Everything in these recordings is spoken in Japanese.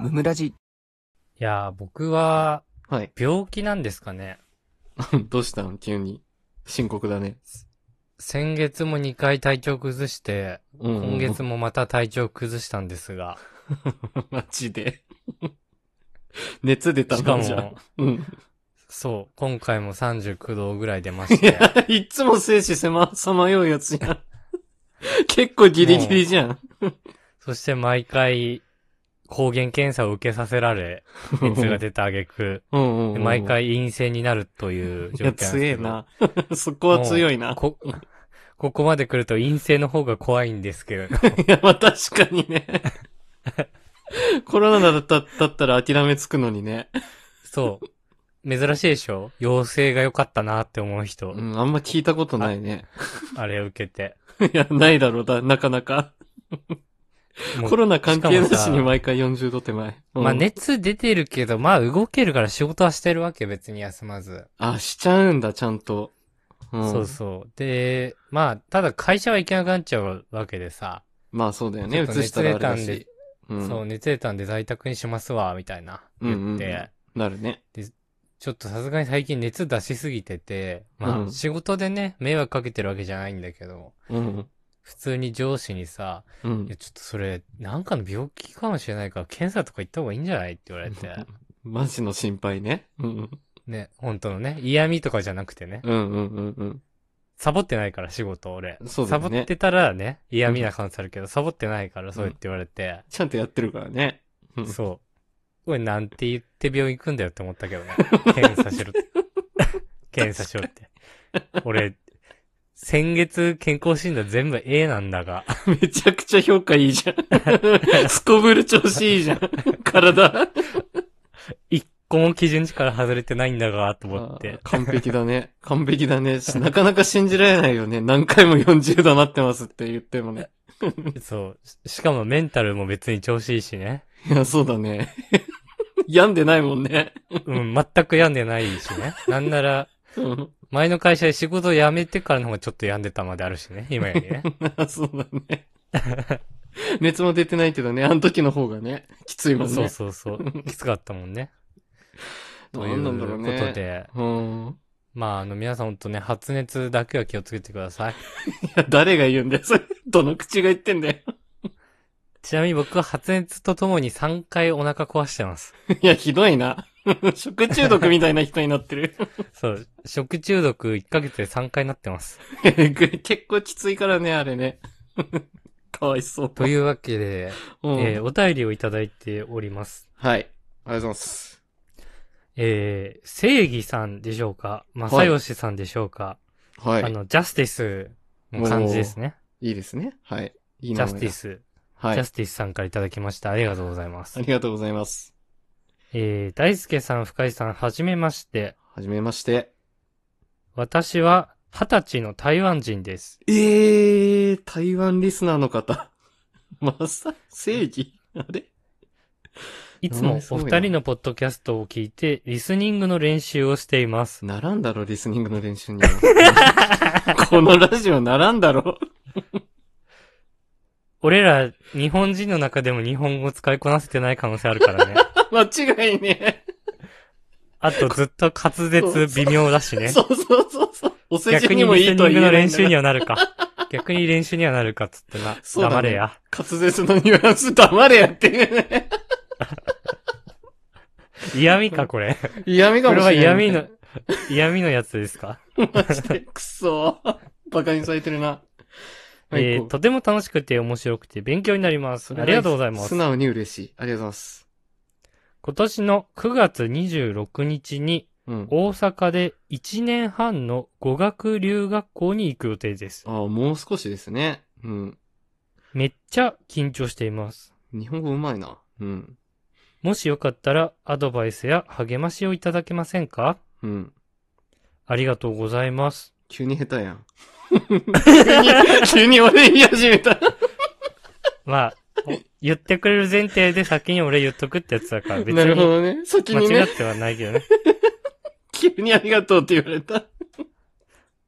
ムラジ。いやー、僕は、はい。病気なんですかね。 どうしたの急に。深刻だね。先月も2回体調崩して、うんうん今月もまた体調崩したんですが、マジで。 熱出たしかのもじゃ あ。うん。そう、今回も39度ぐらい出ましいて、や、いつも生死さま、 さまようやつじゃん。 結構ギリギリじゃん。そして毎回、抗原検査を受けさせられ、熱が出た挙句、うんうんうでん。毎。回陰性になるというい状況なや、んです強けえど。な。そこは強いな。こ、 ここまで来ると陰性の方が怖いんですけれど。 いや、まあ確かにね。 コロナだっただったら諦めつくのにね。そう。珍しいでしょ陽性が良かったなって思う人、うん、あんま聞いたことないね。あれ受けて。 いや、ないだろうだ、なかなか。もうコロナ関係なしかしもにさ毎回40度手前。うんまあ。熱出てるけど、まあ動けるから仕事はしてるわけ、別に休まず。あ、しちゃうんだ、ちゃんと。うん。そうそう。で、まあ、ただ会社は行けなくなっちゃうわけでさ、まあそうだよちね、ょ移っと熱したらあれだ出し。うん、そう、熱出たんで在宅にしますわ、みたいな。うんう言んって、なるね。ちょっとさすがに最近熱出しすぎてて、まうあん仕事でね、迷惑かけてるわけじゃないんだけど、うん。普通に上司にさ、ういんや、。ちょっとそれ、なんかの病気かもしれないから、検査とか行った方がいいんじゃないって言われて。 マジの心配ね。うん。ね、本当のね、嫌味とかじゃなくてね。うんうんうんうん。サボってないから、仕事、俺。そうだサよボねってたらね、嫌味な感じあるけど、サボってないから、そうやって言われて。ちゃんとやってるからね。 うんそう。俺、なんて言って病院行くんだよって思ったけど ね。検査しろって。検査しろって。俺、先月健康診断全部 A なんだが。めちゃくちゃ評価いいじゃ ん。すこぶる調子いいじゃん。体。一個も基準値から外れてないんだが、と思って。完璧だね。完璧だね。なかなか信じられないよね。何回も40度なってますって言ってもね。そう。ししかもメンタルも別に調子いいしね。いや、そうだね。 病んでないもんね。うん、全く病んでないしね。なんなら、うん前の会社で仕事を辞めてからの方がちょっと病んでたまであるしね、今よりね。 そうだね。熱も出てないけどね、あの時の方がね、きついもんね。そうそうそう。きつかったも んね。といなんうなんだろうね。ことで、うん。いまあ、あの、皆さんほんとね、発熱だけは気をつけてください。や、誰が言うんだよ、それ。どの口が言ってんだよ。ちなみに僕は発熱とともに3回お腹壊して ます。いや、ひどいな。食中毒みたいな人になってる。 そう、食中毒1ヶ月で3回なってます。結構きついからね、あれね。かわいそう。というわけで、うんえーお便りをいただいております。はい。ありがとうございます。えー、正義さんでしょうか正はい義さんでしょうか、はあい。の、ジャスティスの感じですね。いいですね。はい。いジいャ名前スだティ。ス。はジャい。スティスさんからいただきました。ありがとうございまあす。りがとうございます。えー、大輔さん、深井さん、はじめまして。はじめまして。私は、二十歳の台湾人です。ええー、台湾リスナーの方。 まさ、正義あれいつもお二人のポッドキャストを聞いて、リスニングの練習をしています。並んだろ、リスニングの練習には。 このラジオ並んだろ。 俺ら、日本人の中でも日本語を使いこなせてない可能性あるから ね。間違いねあと、ずっと滑舌微妙だしえ。ね。そうそうそうそう。お世逆辞ににもリいスニいンとはグ言えのない練ん習だにな。はなるか。逆に練習にはなるかっつってな。そうだね黙れや。滑舌のニュアンス黙れやっていう ね。嫌味か、これ。嫌味こかれもしれはない。嫌味の。、嫌味のやつですかマジで、くそー。バカにされてるな。はいえーこうとても楽しくて面白くて勉強になります。ありがとうございます素。直に嬉しい。ありがとうございます。今年の9月26日にうん。大阪で1年半の語学留学校に行く予定です。ああ、もう少しですね。うん。めっちゃ緊張しています。日本語うまいな。うん。もしよかったらアドバイスや励ましをいただけませんかうん。ありがとうございます。急に下手やん。 急に、急に俺言い始めた。まあ、お言ってくれる前提で先に俺言っとくってやつだから別なるほにどね。先に間ね違、ってはないけどね。急にありがとうって言われた。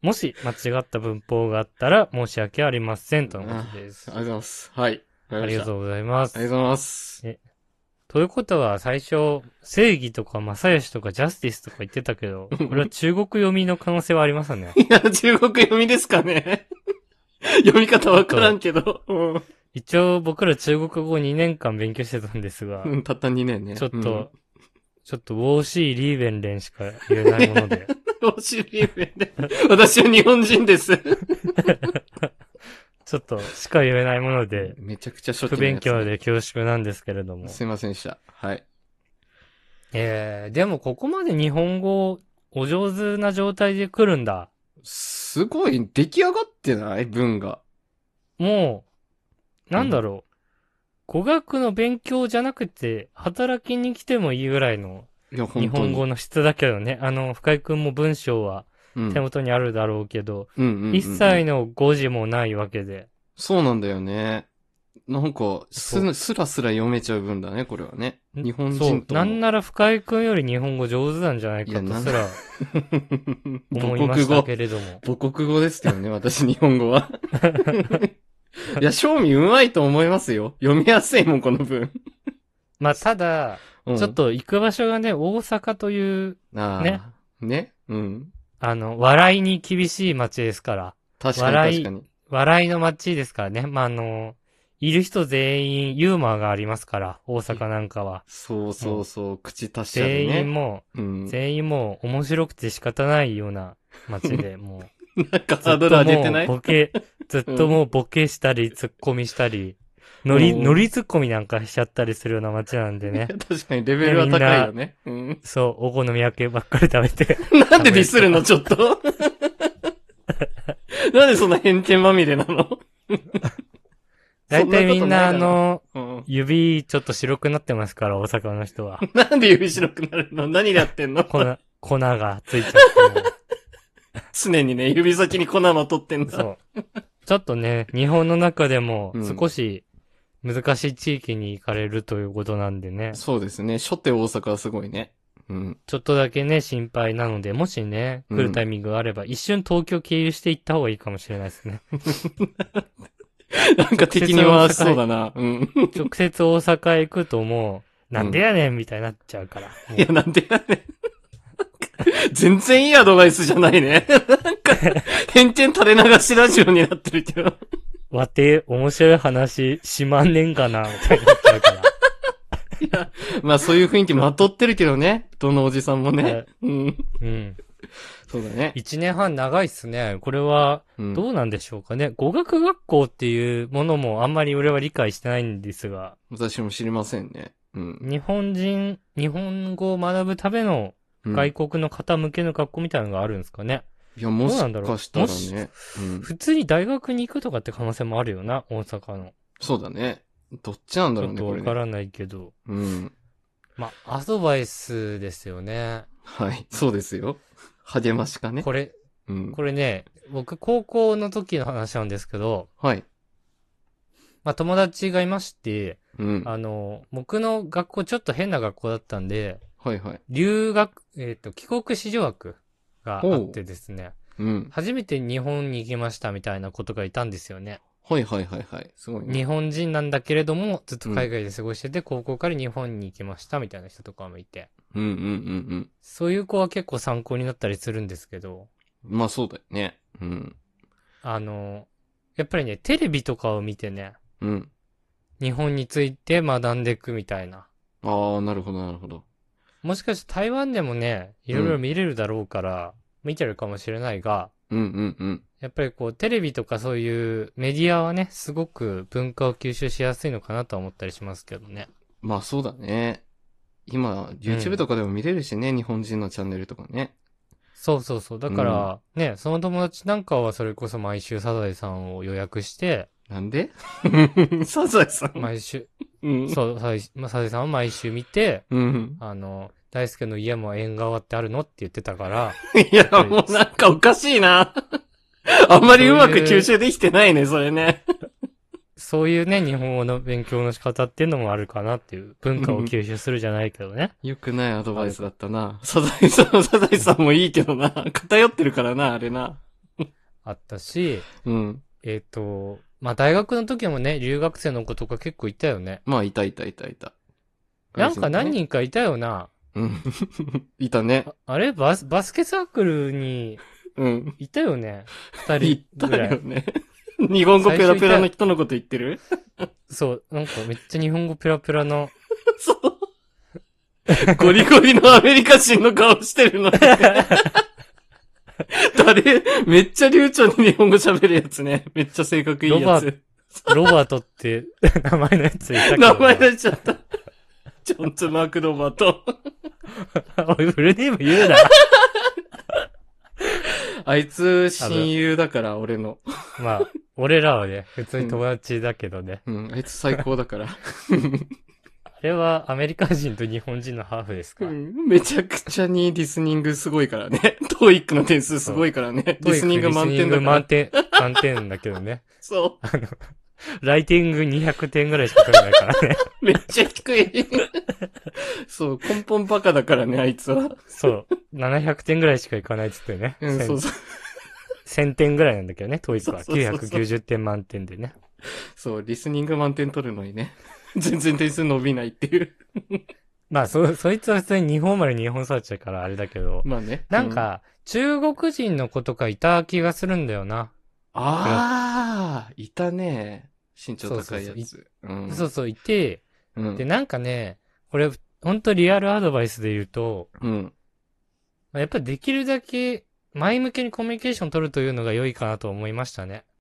もし間違った文法があったら申し訳ありませんとのことですあ。りがとうございます。はい。あありがとう。うございまありがす。とうございます。ということは最初、正義とか正義とかジャスティスとか言ってたけ ど、これは中国読みの可能性はありますね。いや、中国読みですかね 読み方わからんけど。うん一応僕ら中国語を2年間勉強してたんですがう、ん、たった2年ね。ちょっうんと、ちょっとウォーシー・リーベンレンしか言えないもの で、お尻目で。私は日本人です。ちょっとしか言えないもので、めちゃくちゃ初期不のや勉つね強で恐縮なんですけれども。すいませんでした。はい。えー、でもここまで日本語お上手な状態で来るんだ。すごい、出来上がってない文が。もう、なんだろう。語学の勉強じゃなくて、働きに来てもいいぐらいのいや、本当に。日本語の質だけどね。あの、深井くんも文章はうん。手元にあるだろうけど、うんうんうんうん一切の誤字もないわけで。そうなんだよね。なんか、そす、すらすら読めちゃう分だね、これはね。日本そ人う。とも。なんなら深井くんより日本語上手なんじゃないかいとやなんすら 思い母ま国した語。けれども。母国語ですよね、私、日本 語は。いや、正味うまいと思いますよ。読みやすいもん、この文。まあ、ただ、うんちょっ、と行く場所がね、大阪というあーね。ね。うん。あの、笑いに厳しい街ですから。確か笑いに確かに。笑いの街ですからね。まあ、あの、いる人全員ユーモアがありますから、大阪なんかは。そうそうそう、口達者全で員ね。もう、うん。全員もう面白くて仕方ないような街で、もう。なんかずハっーとドル上げてもなういボケ、ずっともうボケしたり、ツッコミしたり、ノリ、うん。ノリツッコミなんかしちゃったりするような街なんでね確かにレベルは高いよね。うんそう、お好み焼きばっかり食べ て。なんでディスるの、ちょっと。 なんでそんな偏見まみれなのだいたいみんなあ、の、そんなことないだろ指ちょっと白くなってますから、大阪の人は。うんなんで指白くなる の何でやってんの粉、粉がついちゃっても常にね、指先に粉まとってんう。そだ。う。ちょっとね、日本の中でもうん少し難しい地域に行かれるということなんでね。そうですね。初手大阪はすごいね。うん。ちょっとだけね、心配なので、もしね、うん来るタイミングがあれば、一瞬東京経由して行った方がいいかもしれないです ね。 なんか敵に回しそうだな。うん。直接大阪行くともう、なんでやねんみたいになっちゃうから。もういや、なんでやねん。 全然いいアドバイスじゃないね。 なんか、偏見垂れ流しラジオになってるけど。 わて、面白い話しまんねんかな、みたいになっちゃうから。まあそういう雰囲気まとってるけどね。どのおじさんも ねね。うん。うん。そうだね。一年半長いっすね。これは、うんどうなんでしょうかね。語学学校っていうものもあんまり俺は理解してないんですが、私も知りませんね。うん。日本人、日本語を学ぶためのうん外国の方向けの学校みたいなのがあるんですかね。いや、もどうしなんだろうかしたらもしね。うん。普通に大学に行くとかって可能性もあるよな、大阪の。そうだね。どっちなんちだろょうっね、とこれわかね。らないけど。うん。まあ、アドバイスですよね。はい。そうですよ。励ましかね。これ、うん。これね、僕高校の時の話なんですけど、はい。まあ友達がいまして、うん。はあの、僕の学校ちょっと変な学校だったんで、いはい。留学、えっ、と、帰国子女枠があってですね、うん。初めて日本に行きましたみたいな子とかいたんですよね。はいはいはいはい。すごい日ね。本人なんだけれども、ずっと海外で過ごしてて、高校から日本に行きましたみたいな人とかもいて、うんうんうんそういう子は結構参考になったりするんですけど、うん。まあそうだよね。うん。あの、やっぱりね、テレビとかを見てね、うん。日本について学んでいくみたいな。ああ、なるほどなるほど。もしかして台湾でもね、いろいろ見れるだろうから、見てるかもしれないが、うんうんうん。やっぱりこう、テレビとかそういうメディアはね、すごく文化を吸収しやすいのかなとは思ったりしますけどね。まあそうだね。今、YouTube とかでも見れるしね、日本人のチャンネルとかね。そうそうそう。だから、ね、その友達なんかはそれこそ毎週サザエさんを予約して、なんでサザエさん。毎週、うん。そう、サザエまあサザエさんを毎週見て、うん。あの、大輔の家も縁側ってあるのって言ってたから、いや、もうなんかおかしいな。あんまりうまく吸収できてないね、それね。そういうね、日本語の勉強の仕方っていうのもあるかなっていう、文化を吸収するじゃないけどね。よくないアドバイスだったな。サザエさん、サザエさんもいいけどな。偏ってるからな、あれな。あったし、うん。えっ、と、まあ、大学の時もね、留学生の子とか結構いたよね。まあ、いたいたいたいた。なんか何人かいたよな。うん。いたね。ああれバス、バスケサークルにうん。いたよね。二い人たぐらいよ。ね。日本語ペラペラの人のこと言ってるそう、なんかめっちゃ日本語ペラペラの。そう。ゴリゴリのアメリカ人の顔してるのに。誰、めっちゃ流暢に日本語喋るやつね。めっちゃ性格いいロやバつ。ロバートって 名前のやついたけど名前出しちゃった。ジョンツ・マクロバと。お い、フルネーム言うな。あいつ、親友だから、俺の。まあ、俺らはね、普通に友達だけどね。うん、あいつ最高だから。あれはアメリカ人と日本人のハーフですかうら。んめちゃくちゃにリスニングすごいからね。トーイックの点数すごいからね。リスニング満リ点スニンだグから満。点、満点だけどね。そライティング200点ぐらいしか取れないから ね。う。めっちゃ低い。そう、根本バカだからね、あいつは。そう。700点ぐらいしかいかないっつってね。うん、そう1000そう。 1000点ぐらいなんだけどね、トイックは。そうそうそうそう990点満点でね。そう、リスニング満点取るのにね。全然点数伸びないっていう。まあ、そ、そいつは普通に日本生まれ日本育ちだからあれだけど。まあね。なんう、か、中国人の子とかいた気がするんだよな。ああ、いたね。身長高いやつ。うんそうそう、いて、うんで、なんかね、これ、ほんとリアルアドバイスで言うと、うん。まあやっぱりできるだけ前向けにコミュニケーション取るというのが良いかなと思いましたね。